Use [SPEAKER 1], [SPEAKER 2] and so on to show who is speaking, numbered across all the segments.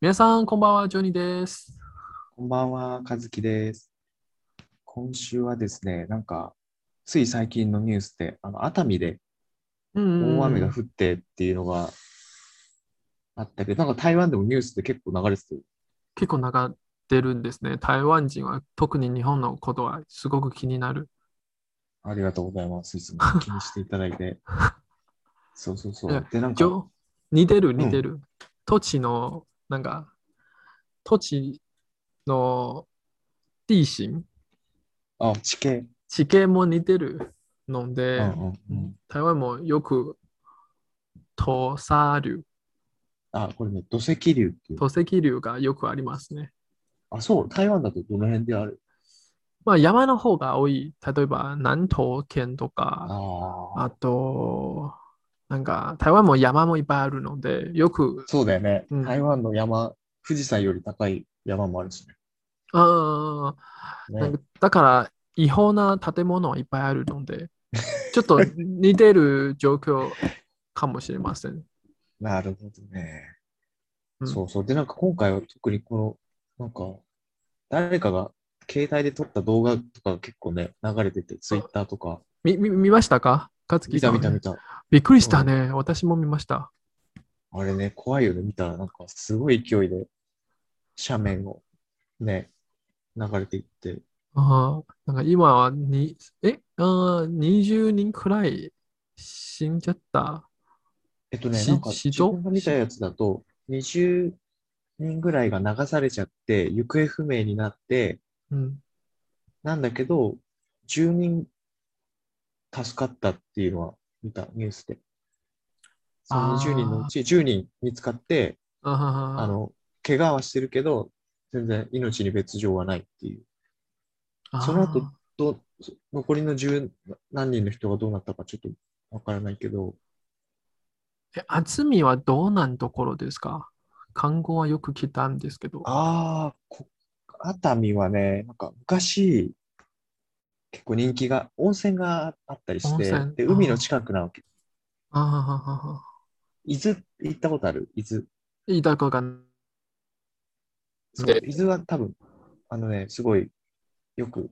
[SPEAKER 1] 皆さん、こんばんは、ジョニーです。
[SPEAKER 2] こんばんは、和樹です。今週はですね、なんか、つい最近のニュースで、あの熱海で
[SPEAKER 1] うん
[SPEAKER 2] 大雨が降ってっていうのがあったけど、なんか台湾でもニュースで結構流れてて、
[SPEAKER 1] 結構流れてるんですね。台湾人は特に日本のことはすごく気になる。
[SPEAKER 2] ありがとうございます。いつも気にしていただ いて。そうそうそ
[SPEAKER 1] いや
[SPEAKER 2] う。で、なん
[SPEAKER 1] じ
[SPEAKER 2] か、
[SPEAKER 1] ょ似てる
[SPEAKER 2] ん
[SPEAKER 1] 似てる。土地の、なんか、土地の地形、
[SPEAKER 2] あ、地形。
[SPEAKER 1] 地形も似てるの
[SPEAKER 2] う
[SPEAKER 1] で、
[SPEAKER 2] んうんうん。
[SPEAKER 1] 台湾もよく土砂流、
[SPEAKER 2] あ、これね、土石流っていう。
[SPEAKER 1] 土石流がよくありますね。
[SPEAKER 2] あ、そう、台湾だとどの辺である
[SPEAKER 1] まあ山の方が多い。例えば南東県とか、
[SPEAKER 2] ああ、
[SPEAKER 1] あと、なんか台湾も山もいっぱいあるので、よく、
[SPEAKER 2] そうだよね
[SPEAKER 1] うん。
[SPEAKER 2] 台湾の山、富士山より高い山もあるしね。
[SPEAKER 1] あーなん
[SPEAKER 2] ね
[SPEAKER 1] かだから違法な建物はいっぱいあるので、ちょっと似てる状況かもしれません。
[SPEAKER 2] なるほどね。
[SPEAKER 1] うん
[SPEAKER 2] そうそう。で、なんか今回は特にこの、なんか、誰かが携帯で撮った動画とか結構ね、流れてて、ツイッターとか。
[SPEAKER 1] みみ見ましたか勝木
[SPEAKER 2] 見
[SPEAKER 1] さ
[SPEAKER 2] た
[SPEAKER 1] ん。
[SPEAKER 2] 見た見た。
[SPEAKER 1] びっくりしたね。私も見ました。
[SPEAKER 2] あれね、怖いよね。見たらなんかすごい勢いで斜面をね、流れていって。
[SPEAKER 1] あーなんか今はに、え、あー20人くらい死んじゃった。
[SPEAKER 2] えっとね、
[SPEAKER 1] し
[SPEAKER 2] なんか
[SPEAKER 1] 市
[SPEAKER 2] 自
[SPEAKER 1] 場
[SPEAKER 2] 分が見たやつだと、20人ぐらいが流されちゃって、行方不明になって、
[SPEAKER 1] うん。
[SPEAKER 2] なんだけど、10人助かったっていうのは見たニュースで。その
[SPEAKER 1] あー
[SPEAKER 2] 20人のうち10人見つかって、
[SPEAKER 1] あー
[SPEAKER 2] あの、怪我はしてるけど、全然命に別状はないっていう。その後
[SPEAKER 1] あー
[SPEAKER 2] どそ残りの10何人の人がどうなったかちょっとわからないけど、
[SPEAKER 1] え、渥美はどうなんところですか観光はよく来たんですけど。
[SPEAKER 2] ああ、こ熱海はね、なんか昔、結構人気が、温泉があったりし
[SPEAKER 1] 温
[SPEAKER 2] て
[SPEAKER 1] 泉、
[SPEAKER 2] で、
[SPEAKER 1] あー
[SPEAKER 2] 海の近くなわけ。
[SPEAKER 1] ああ、
[SPEAKER 2] 伊豆、行ったことある伊豆。
[SPEAKER 1] いいだこが。
[SPEAKER 2] そう
[SPEAKER 1] で
[SPEAKER 2] 伊豆は多分、あのね、すごいよく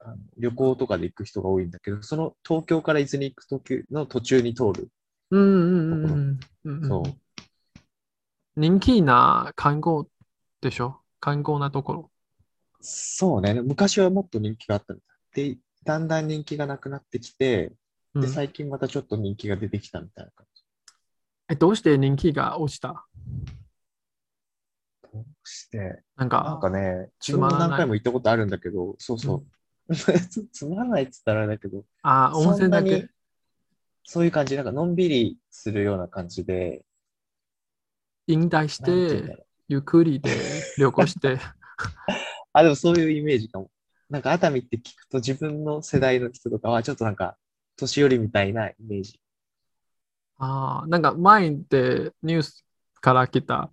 [SPEAKER 2] あの旅行とかで行く人が多いんだけど、その東京から伊豆に行くときの途中に通る。
[SPEAKER 1] うんうんうんうんうん。
[SPEAKER 2] そう。
[SPEAKER 1] 人気な観光でしょ観光なところ。
[SPEAKER 2] そうね、昔はもっと人気があったんだ。で、だんだん人気がなくなってきて、
[SPEAKER 1] うん
[SPEAKER 2] で、最近またちょっと人気が出てきたみたいな感じ。
[SPEAKER 1] え、どうして人気が落ちた
[SPEAKER 2] どうして
[SPEAKER 1] なん
[SPEAKER 2] なん
[SPEAKER 1] か、
[SPEAKER 2] かね、
[SPEAKER 1] つ
[SPEAKER 2] 自
[SPEAKER 1] まら
[SPEAKER 2] 分も
[SPEAKER 1] ない
[SPEAKER 2] 何回も行ったことあるんだけど、そうそう。つ つまらないって言ったらあれだけど、
[SPEAKER 1] ああ、温泉だ
[SPEAKER 2] そんなに
[SPEAKER 1] け。
[SPEAKER 2] そういう感じ、なんかのんびりするような感じで、
[SPEAKER 1] 引退し
[SPEAKER 2] なんて言うんだ
[SPEAKER 1] て、ゆっくり で旅行して。
[SPEAKER 2] あ、でもそういうイメージかも。なんか熱海って聞くと自分の世代の人とかはちょっとなんか年寄りみたいなイメージ。
[SPEAKER 1] ああ、なんか前でニュースから来た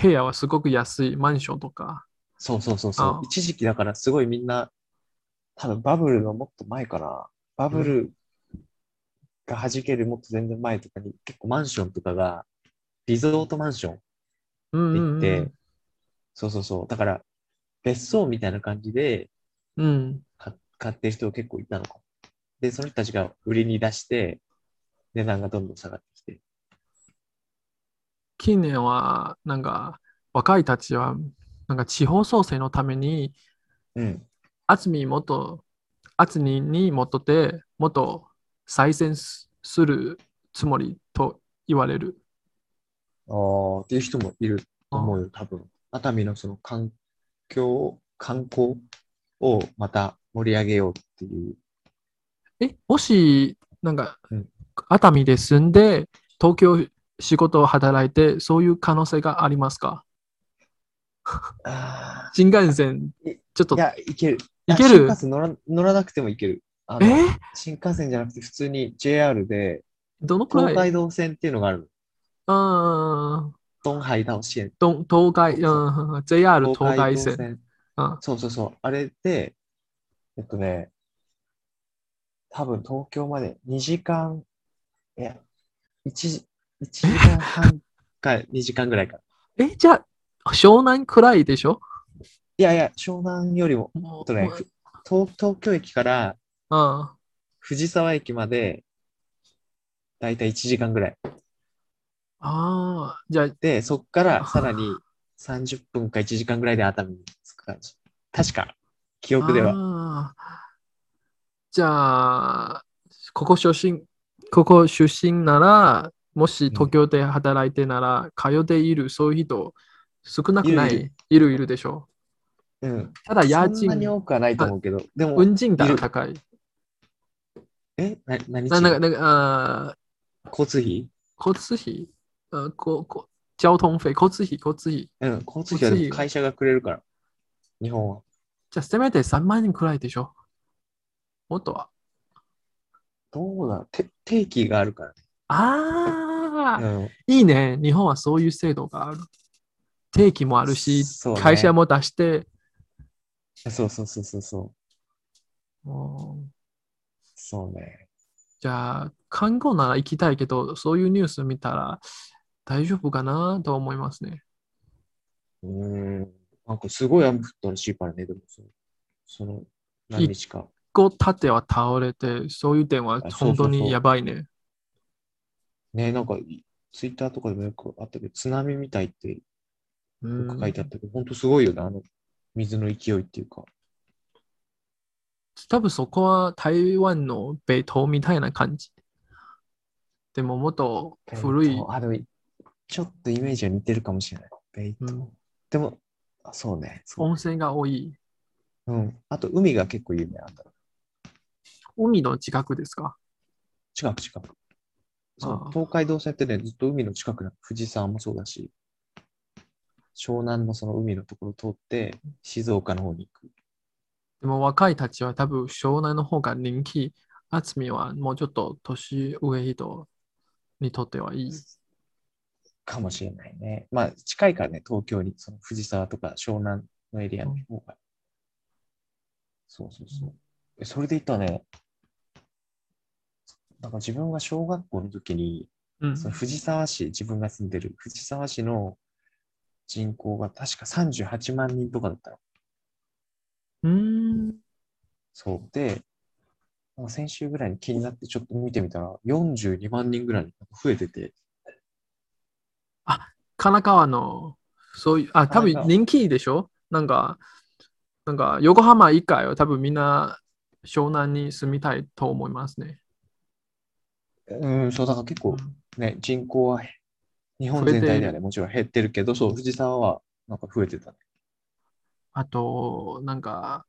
[SPEAKER 1] 部屋はすごく安いマンションとか。
[SPEAKER 2] そうそうそうそ
[SPEAKER 1] あ
[SPEAKER 2] う。一時期だからすごいみんな、多分バブルのもっと前かな。バブルが弾けるもっと全然前とかに結構マンションとかがリゾートマンショ
[SPEAKER 1] うん
[SPEAKER 2] ン。
[SPEAKER 1] うん
[SPEAKER 2] 行ってそうそうそう。だから別荘みたいな感じで
[SPEAKER 1] うん。うん。
[SPEAKER 2] 買買ってる人結構いたのかも。で、その人たちが売りに出して値段がどんどん下がってきて。
[SPEAKER 1] 近年は、なんか、若いたちは、なんか地方創生のために、
[SPEAKER 2] うん。
[SPEAKER 1] 厚みもっと、厚みにもっとで、もっと再選すするつもりと言われる。
[SPEAKER 2] ああ、っていう人もいると思うよ、多分。熱海のその環境を、観光をまた盛り上げようっていう。
[SPEAKER 1] え、もし、なんか
[SPEAKER 2] うん、
[SPEAKER 1] 熱海で住んで、東京仕事を働いて、そういう可能性がありますか
[SPEAKER 2] あ
[SPEAKER 1] 新幹線
[SPEAKER 2] え、
[SPEAKER 1] ちょっと
[SPEAKER 2] い、や、いける。
[SPEAKER 1] いけ
[SPEAKER 2] や
[SPEAKER 1] る
[SPEAKER 2] 新幹線乗ら乗らなくてもいける。あの
[SPEAKER 1] え
[SPEAKER 2] 新幹線じゃなくて、普通に JR で、
[SPEAKER 1] どのくら
[SPEAKER 2] 東
[SPEAKER 1] い
[SPEAKER 2] 海道線っていうのがあるの。
[SPEAKER 1] うん、
[SPEAKER 2] 東海道線。
[SPEAKER 1] ど東海、うん、JR
[SPEAKER 2] 東
[SPEAKER 1] 東
[SPEAKER 2] 海
[SPEAKER 1] 海
[SPEAKER 2] 道
[SPEAKER 1] 線。
[SPEAKER 2] 線。
[SPEAKER 1] うん
[SPEAKER 2] そうそうそう。あれで、えっとね、多分東京まで2時間、いや、1, 1時間半か2時間ぐらいか。
[SPEAKER 1] え、じゃあ、湘南くらいでしょ
[SPEAKER 2] いやいや、湘南よりも、
[SPEAKER 1] も
[SPEAKER 2] とね
[SPEAKER 1] う
[SPEAKER 2] 東東京駅から
[SPEAKER 1] うん。
[SPEAKER 2] 藤沢駅まで、だいたい1時間ぐらい。
[SPEAKER 1] ああ、じゃあ、
[SPEAKER 2] で、そっからさらに30分か1時間ぐらいで熱海に着く感じ。確か、記憶では。
[SPEAKER 1] は。じゃあ、ここ出身、ここ出身なら、もし東京で働いてなら、通っているそういう人、少なくない
[SPEAKER 2] いるい
[SPEAKER 1] いるいるでしょ
[SPEAKER 2] うん。
[SPEAKER 1] う。ただ、家
[SPEAKER 2] そんなに
[SPEAKER 1] 賃、
[SPEAKER 2] 多くはないと思うけど、でも、
[SPEAKER 1] 運賃
[SPEAKER 2] い
[SPEAKER 1] が
[SPEAKER 2] る
[SPEAKER 1] 高い。
[SPEAKER 2] えな何
[SPEAKER 1] な
[SPEAKER 2] 賃
[SPEAKER 1] なんか、なんか、あー
[SPEAKER 2] 交通費
[SPEAKER 1] 交通費、あここ交通費、交通費、交通費。
[SPEAKER 2] うん、交通費はでも会社がくれるから、日本は。
[SPEAKER 1] じゃあ、せめて3万円くらいでしょもっとは。
[SPEAKER 2] どうだて定期があるから
[SPEAKER 1] ああ、
[SPEAKER 2] ね。うん、
[SPEAKER 1] いいね。日本はそういう制度がある。定期もあるし、
[SPEAKER 2] そうね
[SPEAKER 1] 会社も出して、
[SPEAKER 2] そうそうそうそうそう。
[SPEAKER 1] うん
[SPEAKER 2] そうね。
[SPEAKER 1] じゃあ、看護なら行きたいけど、そういうニュース見たら大丈夫かなと思いますね。
[SPEAKER 2] うーん。なんかすごい雨降ったらしいからね、でもその、その何日か。
[SPEAKER 1] こう、縦は倒れて、そういう点は
[SPEAKER 2] あそうそ
[SPEAKER 1] 本
[SPEAKER 2] うそう
[SPEAKER 1] 当にやばいね。
[SPEAKER 2] ね、なんかいツイッターとかでもよくあったけど、津波みたいってよ
[SPEAKER 1] うん
[SPEAKER 2] く書いてあったけど、ほんとすごいよね、あの水の勢いっていうか。
[SPEAKER 1] 多分そこは台湾の北東みたいな感じ。でももっと古い
[SPEAKER 2] えっ。とあ、でもちょっとイメージは似てるかもしれない。ベイト。
[SPEAKER 1] うん
[SPEAKER 2] でも、あそうね。そう
[SPEAKER 1] 温泉が多い。
[SPEAKER 2] うん。あと、海が結構有名なんだ。
[SPEAKER 1] 海の近くですか
[SPEAKER 2] 近く近く。そ
[SPEAKER 1] あ
[SPEAKER 2] う
[SPEAKER 1] あ、
[SPEAKER 2] 東海道線ってね、ずっと海の近くなの。富士山もそうだし、湘南のその海のところを通って、静岡の方に行く。
[SPEAKER 1] でも若いたちは多分湘南の方が人気。厚みはもうちょっと年上人にとってはいい。
[SPEAKER 2] かもしれないね。まあ、近いからね、東京に、その藤沢とか湘南のエリアの方が。そうそうそう。えそれで言ったらね、なんか自分が小学校の時に、
[SPEAKER 1] うん。
[SPEAKER 2] その藤沢市、自分が住んでる藤沢市の人口が確か38万人とかだったの。
[SPEAKER 1] うーん。
[SPEAKER 2] そう。で、なんか先週ぐらいに気になってちょっと見てみたら、42万人ぐらいに増えてて、
[SPEAKER 1] 神奈川の、そういう、あ、多
[SPEAKER 2] 神
[SPEAKER 1] 分
[SPEAKER 2] 奈川
[SPEAKER 1] 人気でしょなんか、なんか横浜以外は多分みんな湘南に住みたいと思いますね。
[SPEAKER 2] うん、そう、だから結構
[SPEAKER 1] うん
[SPEAKER 2] ね、人口は日本
[SPEAKER 1] 増えて
[SPEAKER 2] 全体ではね、もちろん減ってるけど、そう、藤沢はなんか増えてたね。
[SPEAKER 1] あと、なんか、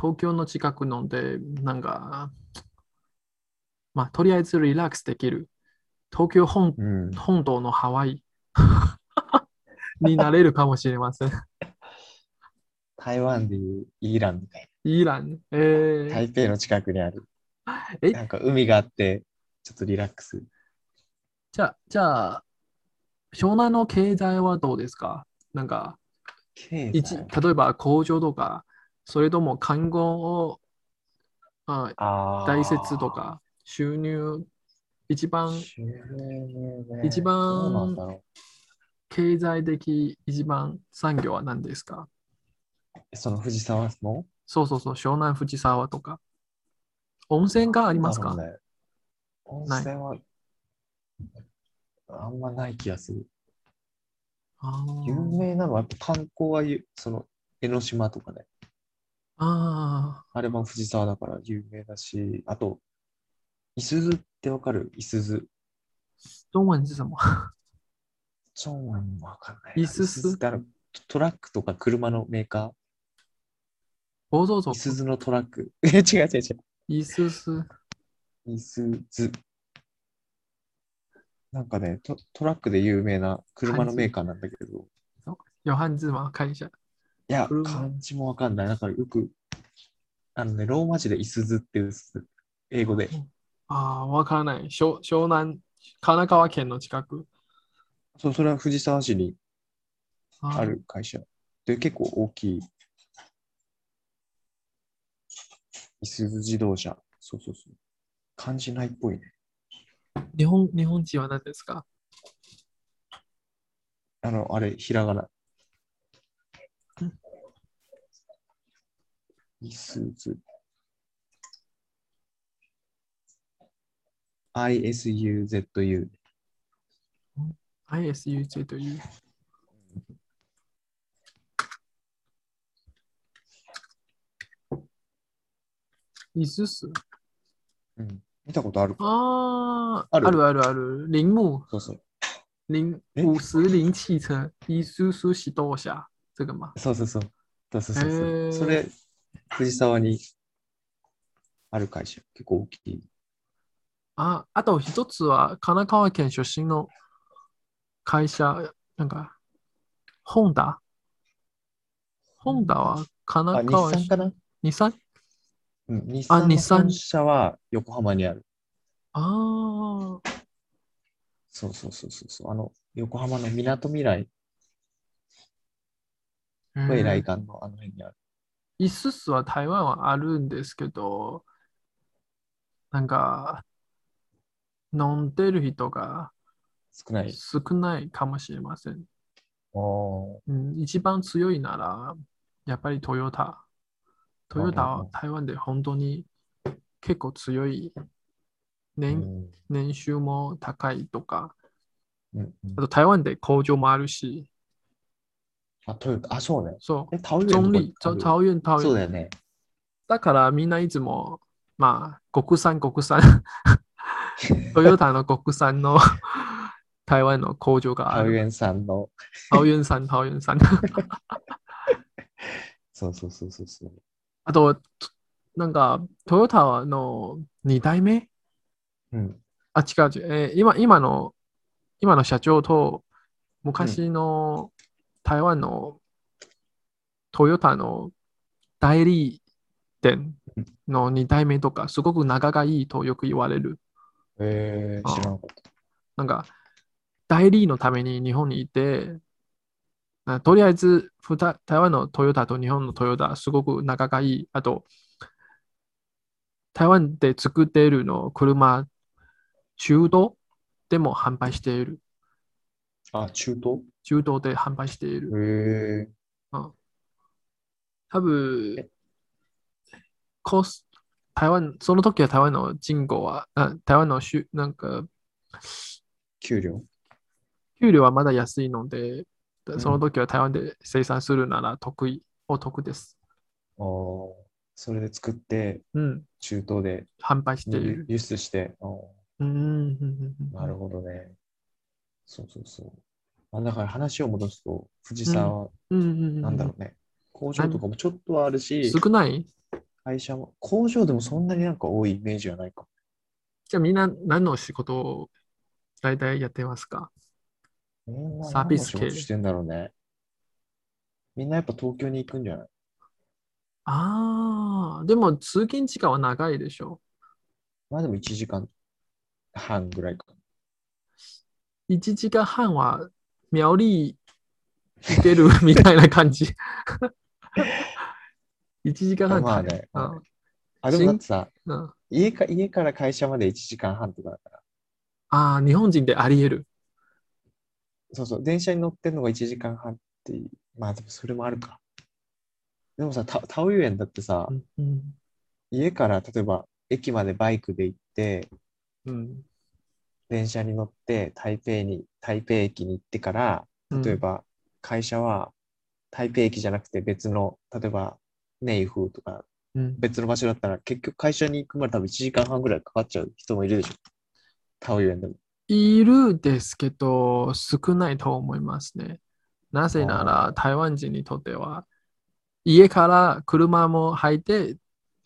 [SPEAKER 1] 東京の近くので、なんか、まあ、とりあえずリラックスできる。東京本
[SPEAKER 2] うん。
[SPEAKER 1] 本島のハワイになれるかもしれません。
[SPEAKER 2] 台湾でいうイーランみたい
[SPEAKER 1] イラン。えー
[SPEAKER 2] な、台北の近くにある、
[SPEAKER 1] え
[SPEAKER 2] なんか海があって、ちょっとリラックス。
[SPEAKER 1] じゃあ、じゃあ、湘南の経済はどうですかなんか、
[SPEAKER 2] 経
[SPEAKER 1] 一
[SPEAKER 2] 済
[SPEAKER 1] 例えば工場とか、それとも観光を、あ
[SPEAKER 2] あ
[SPEAKER 1] 大切と。か、収入、一番
[SPEAKER 2] 収入ね
[SPEAKER 1] 一番
[SPEAKER 2] どうなんだろう。
[SPEAKER 1] 経済的一番産業は何ですか
[SPEAKER 2] その藤沢の
[SPEAKER 1] そうそうそう、湘南藤沢とか。温泉があります
[SPEAKER 2] な
[SPEAKER 1] か
[SPEAKER 2] んだろうね、温
[SPEAKER 1] ない
[SPEAKER 2] 泉は、あんまない気がする。
[SPEAKER 1] あー
[SPEAKER 2] 有名なのは、やっぱ観光はゆ、その、江ノ島とかね。
[SPEAKER 1] あ
[SPEAKER 2] あれも藤沢だから有名だし、あと、いすゞってわかるいすゞ。
[SPEAKER 1] ー、中文是什么
[SPEAKER 2] そうなのわかんないな。
[SPEAKER 1] いすゞ
[SPEAKER 2] いってあのトトラックとか車のメーカ
[SPEAKER 1] 暴走
[SPEAKER 2] ー。
[SPEAKER 1] 族
[SPEAKER 2] い、すゞのトラック。 え、違う違う違
[SPEAKER 1] イスス、
[SPEAKER 2] う。いすゞ。なんかねト、トラックで有名な車のメーカーなんだけど、
[SPEAKER 1] 有汉字吗？看一下。
[SPEAKER 2] いや、
[SPEAKER 1] 車
[SPEAKER 2] 漢字もわかんない。なんかよく、あのね、ローマ字でいすゞっていうす、英語で。
[SPEAKER 1] ああ、わからない。湘湘南、神奈川県の近く。
[SPEAKER 2] そう、それは藤沢市に
[SPEAKER 1] あー
[SPEAKER 2] ある会社。で、結構大きい。いすゞ自動車。そうそうそう。感じないっぽいね。
[SPEAKER 1] 日本日本人は何ですか
[SPEAKER 2] あの、あれ、ひらがな。いすず。ISUZU。
[SPEAKER 1] ISUJ という。イズス
[SPEAKER 2] うん。見たことあるか
[SPEAKER 1] ああ、
[SPEAKER 2] あ
[SPEAKER 1] あ
[SPEAKER 2] る
[SPEAKER 1] るあるある。铃木
[SPEAKER 2] そうそう。
[SPEAKER 1] 零
[SPEAKER 2] え
[SPEAKER 1] 五十铃汽车，伊苏苏西多下，这个吗？
[SPEAKER 2] そうそうそう。そうそうそう
[SPEAKER 1] へ
[SPEAKER 2] そう。
[SPEAKER 1] ー
[SPEAKER 2] それ、藤沢にある会社。結構大きい。
[SPEAKER 1] あ、あと一つは、神奈川県出身の会社、なんか、ホンダ。ホンダは神
[SPEAKER 2] あ、
[SPEAKER 1] 奈
[SPEAKER 2] 日
[SPEAKER 1] 川
[SPEAKER 2] 産かな
[SPEAKER 1] 日産
[SPEAKER 2] うん。日産の
[SPEAKER 1] 日産
[SPEAKER 2] 本社は横浜にある。
[SPEAKER 1] ああ、
[SPEAKER 2] そうそうそうそうそう。あの、横浜のみなとみらい、
[SPEAKER 1] え
[SPEAKER 2] 未来
[SPEAKER 1] ー、
[SPEAKER 2] 館のあの辺にある。
[SPEAKER 1] イススは台湾はあるんですけど、なんか、飲んでる人が
[SPEAKER 2] 少ない。
[SPEAKER 1] 少ないかもしれません。
[SPEAKER 2] おー
[SPEAKER 1] うん、一番強いなら、やっぱりトヨタ。トヨタ
[SPEAKER 2] うんうんう
[SPEAKER 1] は
[SPEAKER 2] ん
[SPEAKER 1] 台湾で本当に結構強い。
[SPEAKER 2] う
[SPEAKER 1] 年
[SPEAKER 2] ん
[SPEAKER 1] 年収も高いとか。
[SPEAKER 2] うんうん
[SPEAKER 1] あと台湾で工場もあるし。
[SPEAKER 2] あ、トヨタ、あ、そうね。
[SPEAKER 1] そ
[SPEAKER 2] え、タオ
[SPEAKER 1] う。
[SPEAKER 2] ル
[SPEAKER 1] 中立、桃園、桃
[SPEAKER 2] そうだ
[SPEAKER 1] 園。
[SPEAKER 2] よね。
[SPEAKER 1] だからみんないつも、まあ、国産、国産。トヨタの国産の 台湾の工場があ
[SPEAKER 2] タウ
[SPEAKER 1] る。
[SPEAKER 2] エンさんの。
[SPEAKER 1] 桃園産、桃園産。
[SPEAKER 2] そうそうそうそうそう。
[SPEAKER 1] あと、なんか、トヨタの2代目
[SPEAKER 2] うん。
[SPEAKER 1] あ、違う違う。えー今、今の、今の社長と、昔の台湾のトヨタの代理店の2代目とか、すごく仲がいいとよく言われる。
[SPEAKER 2] えー、知らなかっ
[SPEAKER 1] なんか、代理のために日本にいて、あとりあえずふた、台湾のトヨタと日本のトヨタ、すごく仲がいい。あと、台湾で作っているの車、中東でも販売している。
[SPEAKER 2] た。あ、中東
[SPEAKER 1] 中東で販売している。
[SPEAKER 2] えー、
[SPEAKER 1] 多分、コス、台湾、その時は台湾の人口は、あ台湾の州、なんか、
[SPEAKER 2] 給料
[SPEAKER 1] 給料はまだ安いので、
[SPEAKER 2] ん
[SPEAKER 1] その時は台湾で生産するなら得意、お得です。
[SPEAKER 2] あーそれで作って、
[SPEAKER 1] うん、
[SPEAKER 2] 中東で
[SPEAKER 1] 販売してい
[SPEAKER 2] 輸
[SPEAKER 1] る。
[SPEAKER 2] 輸出して。あー
[SPEAKER 1] うんうんうんうん
[SPEAKER 2] なるほどね。そうそうそう。あだから話を戻すと、藤沢は、
[SPEAKER 1] うんうんうんうん
[SPEAKER 2] なんだろうね。工場とかもちょっとはあるし、
[SPEAKER 1] 少ない
[SPEAKER 2] 会社も、工場でもそんなになんか多いイメージはないかも。
[SPEAKER 1] じゃあみんな何の仕事を大体やってますか
[SPEAKER 2] みんな
[SPEAKER 1] サービス系
[SPEAKER 2] 何の仕事してんだろうね。みんなやっぱ東京に行くんじゃない
[SPEAKER 1] ああ、でも通勤時間は長いでしょ。
[SPEAKER 2] まあでも1時間半ぐらいか。
[SPEAKER 1] 1時間半は苗栗行けるみたいな感 じ。1時間半
[SPEAKER 2] まあ
[SPEAKER 1] か
[SPEAKER 2] ね。
[SPEAKER 1] う
[SPEAKER 2] まあね
[SPEAKER 1] ん
[SPEAKER 2] あ、でもだってさ、
[SPEAKER 1] うん
[SPEAKER 2] 家か、家から会社まで1時間半とかだから。
[SPEAKER 1] ああ、日本人であり得る。
[SPEAKER 2] そうそう、電車に乗ってんのが1時間半っていう。まあでもそれもあるか。でもさ、タタオユ園だってさ、
[SPEAKER 1] うんうん
[SPEAKER 2] 家から例えば駅までバイクで行って、
[SPEAKER 1] うん
[SPEAKER 2] 電車に乗って台北に、台北駅に行ってから、
[SPEAKER 1] うん
[SPEAKER 2] 例えば会社は台北駅じゃなくて別の、例えばネイフとか
[SPEAKER 1] うん
[SPEAKER 2] 別の場所だったら結局会社に行くまで多分1時間半ぐらいかかっちゃう人もいるでしょ。タオユ園でも。
[SPEAKER 1] いるですけど、少ないと思いますね。なぜなら、台湾人にとっては、家から車も入って、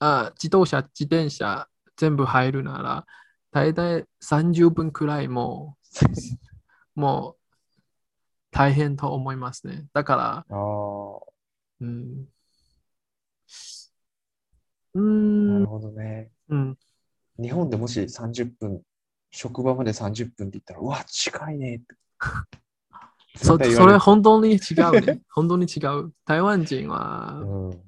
[SPEAKER 1] あ自動車、自転車全部入るなら、だいたい30分くらいも う、もう大変と思いますね。だから、
[SPEAKER 2] ああ、
[SPEAKER 1] うん。う
[SPEAKER 2] な
[SPEAKER 1] ー
[SPEAKER 2] る
[SPEAKER 1] ん、
[SPEAKER 2] ほどね。
[SPEAKER 1] うん、
[SPEAKER 2] 日本でもし30分、職場まで30分って言ったら、うわ、近いねって。
[SPEAKER 1] そ、
[SPEAKER 2] 絶対 言
[SPEAKER 1] そ
[SPEAKER 2] わ
[SPEAKER 1] れ
[SPEAKER 2] る
[SPEAKER 1] 本当に違うね。本当に違う。台湾人は、
[SPEAKER 2] うん、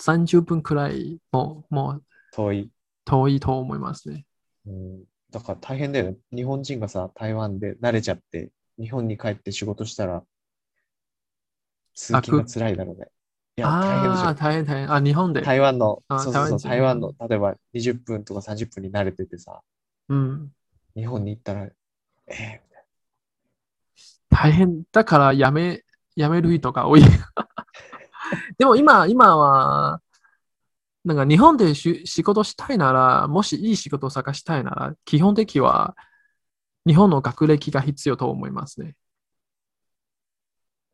[SPEAKER 1] 30分くらいもうもう
[SPEAKER 2] 遠い。
[SPEAKER 1] 遠いと思いますね。
[SPEAKER 2] うん、だから大変だよね。日本人がさ、台湾で慣れちゃって、日本に帰って仕事したら、通勤が辛いだろうね。いや、大変でし
[SPEAKER 1] ああ、
[SPEAKER 2] ょ。
[SPEAKER 1] 大変大変。あ、日本で。
[SPEAKER 2] 台湾の、
[SPEAKER 1] あ
[SPEAKER 2] そうそうそう、台
[SPEAKER 1] 台湾
[SPEAKER 2] 湾の、例えば20分とか30分に慣れててさ、
[SPEAKER 1] うん。
[SPEAKER 2] 日本に行ったら、えー
[SPEAKER 1] 大変だからやめ、やめる人が多い。 でも今、今は、なんか日本でし仕事したいなら、もしいい仕事を探したいなら、基本的は日本の学歴が必要と思いますね。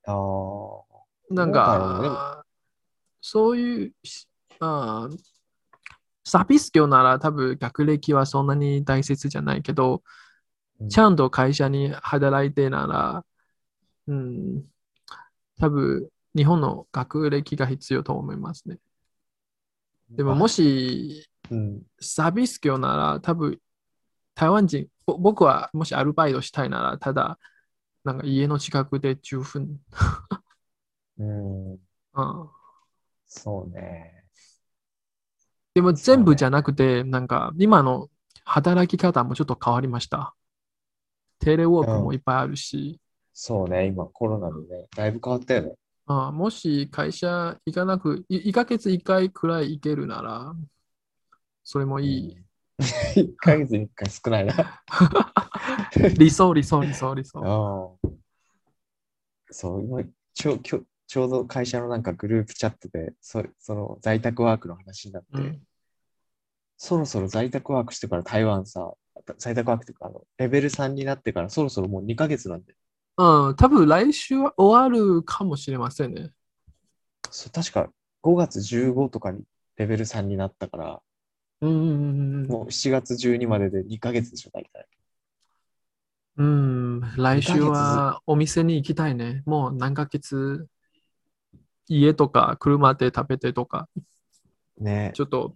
[SPEAKER 2] あー
[SPEAKER 1] なん
[SPEAKER 2] そうだよ
[SPEAKER 1] か、そういうしあーサービス業なら多分学歴はそんなに大切じゃないけど
[SPEAKER 2] うん、
[SPEAKER 1] ちゃんと会社に働いてなら、うん、多分日本の学歴が必要と思いますね。でもも、し
[SPEAKER 2] うん、
[SPEAKER 1] サービス業なら多分台湾人、ぼ僕はもしアルバイトしたいなら、ただなんか家の近くで十分。
[SPEAKER 2] うん、
[SPEAKER 1] うん
[SPEAKER 2] そうね。
[SPEAKER 1] でも全部じゃなくて、なんか今の働き方もちょっと変わりました。テレワークもいっぱいあるし、
[SPEAKER 2] そうね、今コロナでね、だいぶ変わったよね。
[SPEAKER 1] ああもし会社行かなく、い1ヶ月1回くらい行けるなら、それもいい。
[SPEAKER 2] うん。1ヶ 月に1回少な いな。
[SPEAKER 1] 理想、理想、理想、理想。
[SPEAKER 2] うんそう、今ちょ、きょちょうど会社のなんかグループチャットで、そその在宅ワークの話になって、
[SPEAKER 1] うん、
[SPEAKER 2] そろそろ在宅ワークしてから台湾さ、在宅ワークっていうか、あの、レベル3になってからそろそろもう2ヶ月なんで、
[SPEAKER 1] うん、多分来週は終わるかもしれませんね。
[SPEAKER 2] そう確か5月15とかにレベル3になったから、
[SPEAKER 1] うんうんうん
[SPEAKER 2] もう7月12までで2ヶ月でしょ、大体。
[SPEAKER 1] うん、うん、来週はお店に行きたいね。もう何ヶ月、家とか車で食べてとか。
[SPEAKER 2] ね
[SPEAKER 1] ちょっと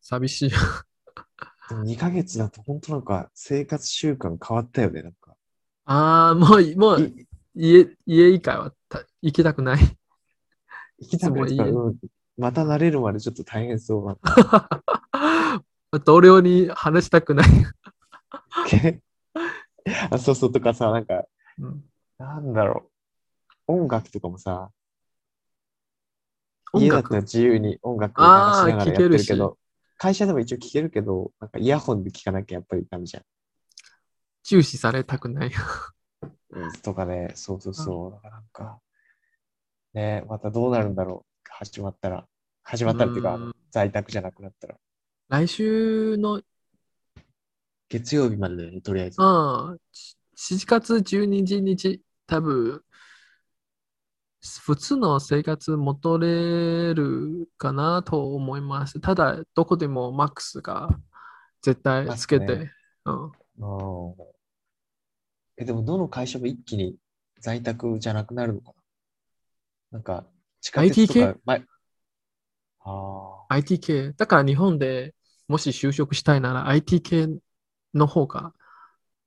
[SPEAKER 1] 寂しい。
[SPEAKER 2] でも2ヶ月だと本当なんか生活習慣変わったよね、なんか。
[SPEAKER 1] ああ、もう、もう
[SPEAKER 2] い
[SPEAKER 1] 家、家以外はた行きたくない。
[SPEAKER 2] 行きたくないとか
[SPEAKER 1] いつも
[SPEAKER 2] うんまた慣れるまでちょっと大変そうな。
[SPEAKER 1] 同僚に話したくない。
[SPEAKER 2] あそうそうとかさ、なんか、
[SPEAKER 1] うん
[SPEAKER 2] なんだろう。音楽とかもさ、
[SPEAKER 1] 音
[SPEAKER 2] 家だった
[SPEAKER 1] 楽
[SPEAKER 2] ら自由に音楽を流
[SPEAKER 1] あー
[SPEAKER 2] しながらやってるけ
[SPEAKER 1] 聞ける
[SPEAKER 2] ど、会社でも一応聞けるけど、なんかイヤホンで聞かなきゃやっぱりダメじゃん。
[SPEAKER 1] 重視されたくない。
[SPEAKER 2] とかね、そうそうそう。だからなんか、ね、またどうなるんだろう。始まったら。始まったらっていうか、あ
[SPEAKER 1] う
[SPEAKER 2] の
[SPEAKER 1] ん
[SPEAKER 2] 在宅じゃなくなったら。
[SPEAKER 1] 来週の、うん、
[SPEAKER 2] 月曜日までだよね、とりあえず。
[SPEAKER 1] 7月12日、多分、普通の生活戻れるかなと思います。ただ、どこでもマックスが絶対つけ
[SPEAKER 2] マ
[SPEAKER 1] て
[SPEAKER 2] ック、
[SPEAKER 1] うん。
[SPEAKER 2] うんえ、でも、どの会社も一気に在宅じゃなくなるのかななんか、地下鉄
[SPEAKER 1] IT
[SPEAKER 2] と
[SPEAKER 1] 系
[SPEAKER 2] か、前、あ
[SPEAKER 1] IT 系。だから日本でもし就職したいなら IT 系の方が、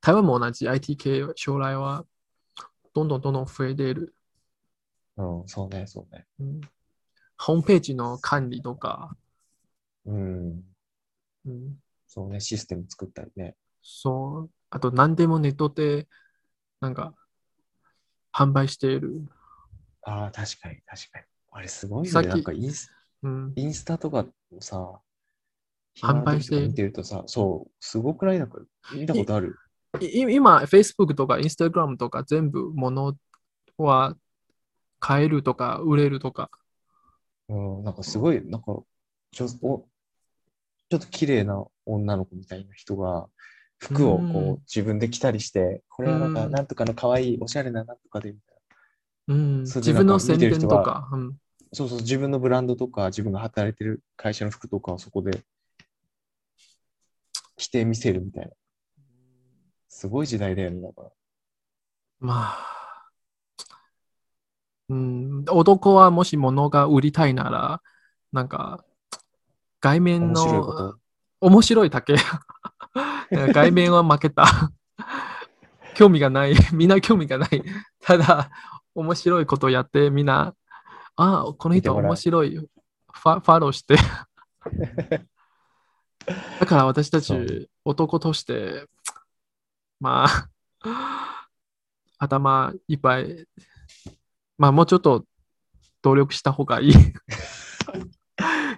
[SPEAKER 1] 台湾も同じ IT 系将来はどんどんどんどん増えている。
[SPEAKER 2] あ、うん、そうね、そうね。
[SPEAKER 1] うんホームページの管理とか、
[SPEAKER 2] うん、
[SPEAKER 1] うん
[SPEAKER 2] そうね、システム作ったりね。
[SPEAKER 1] そう、あと何でもネットでなんか販売している。
[SPEAKER 2] ああ、確かに、確かに。あれ、すごい
[SPEAKER 1] さ
[SPEAKER 2] よ
[SPEAKER 1] っき
[SPEAKER 2] ね。なんかインス、
[SPEAKER 1] うん、
[SPEAKER 2] インスタとかもさ、
[SPEAKER 1] 販売して
[SPEAKER 2] 暇な時とか見てるとさ、そう、すごくないなんか、見たことある。
[SPEAKER 1] い今、Facebook とか Instagram とか全部物は買えるとか売れるとか。
[SPEAKER 2] うん、なんかすごい、なんか、ちょ、お、ちょっと綺麗な女の子みたいな人が、服をこう
[SPEAKER 1] うん
[SPEAKER 2] 自分で着たりして、これはなんか、
[SPEAKER 1] うん
[SPEAKER 2] なんとかの可愛い、おしゃれななんとかで、みたいな。
[SPEAKER 1] うん、
[SPEAKER 2] それ
[SPEAKER 1] 自
[SPEAKER 2] でな
[SPEAKER 1] 分
[SPEAKER 2] んか
[SPEAKER 1] の宣
[SPEAKER 2] 見てる
[SPEAKER 1] 伝
[SPEAKER 2] 人
[SPEAKER 1] と
[SPEAKER 2] は
[SPEAKER 1] か。うん
[SPEAKER 2] そうそう、自分のブランドとか、自分が働いてる会社の服とかをそこで着てみせるみたいな。すごい時代だよね、だから。
[SPEAKER 1] まあ、うん、男はもし物が売りたいなら、なんか、外面
[SPEAKER 2] 面白い
[SPEAKER 1] の
[SPEAKER 2] こと。
[SPEAKER 1] 面白いだけ。 なんか外面は負けた。興味がない。みんな興味がない。ただ、面白いことやって、みんな、ああ、この
[SPEAKER 2] 見て
[SPEAKER 1] 人
[SPEAKER 2] もらう
[SPEAKER 1] 面白い。ファファロー して。だから私た
[SPEAKER 2] そう
[SPEAKER 1] ち男として、まあ、頭いっぱい、まあもうちょっと努力した方が いい。
[SPEAKER 2] そう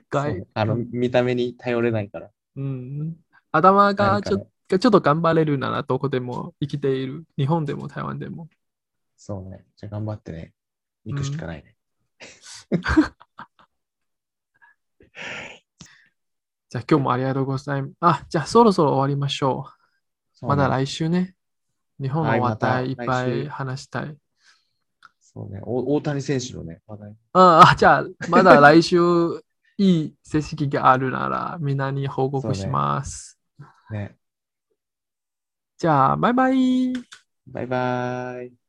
[SPEAKER 1] 外
[SPEAKER 2] ねあの、見た目に頼れないから。
[SPEAKER 1] うん、頭
[SPEAKER 2] な
[SPEAKER 1] が
[SPEAKER 2] んか
[SPEAKER 1] ちょ,、
[SPEAKER 2] ね
[SPEAKER 1] ちょっと頑張れるならどこでも生きている。日本でも台湾でも。
[SPEAKER 2] そうね。じゃあ頑張ってね。行くしかないね。
[SPEAKER 1] じゃあ今日もありがとうございます。あ、じゃあそろそろ終わりましょう。
[SPEAKER 2] そう
[SPEAKER 1] ま
[SPEAKER 2] ね
[SPEAKER 1] だ来週ね。日本
[SPEAKER 2] は
[SPEAKER 1] の
[SPEAKER 2] い
[SPEAKER 1] 話
[SPEAKER 2] また
[SPEAKER 1] 題いっぱ
[SPEAKER 2] 来
[SPEAKER 1] い
[SPEAKER 2] 週
[SPEAKER 1] 話したい。
[SPEAKER 2] そうね。お大谷選手のね、話題。
[SPEAKER 1] ああ、じゃあまだ来週いい成績があるならみんなに報告します。
[SPEAKER 2] ね。
[SPEAKER 1] じゃあバイバイ。
[SPEAKER 2] バイバーイ。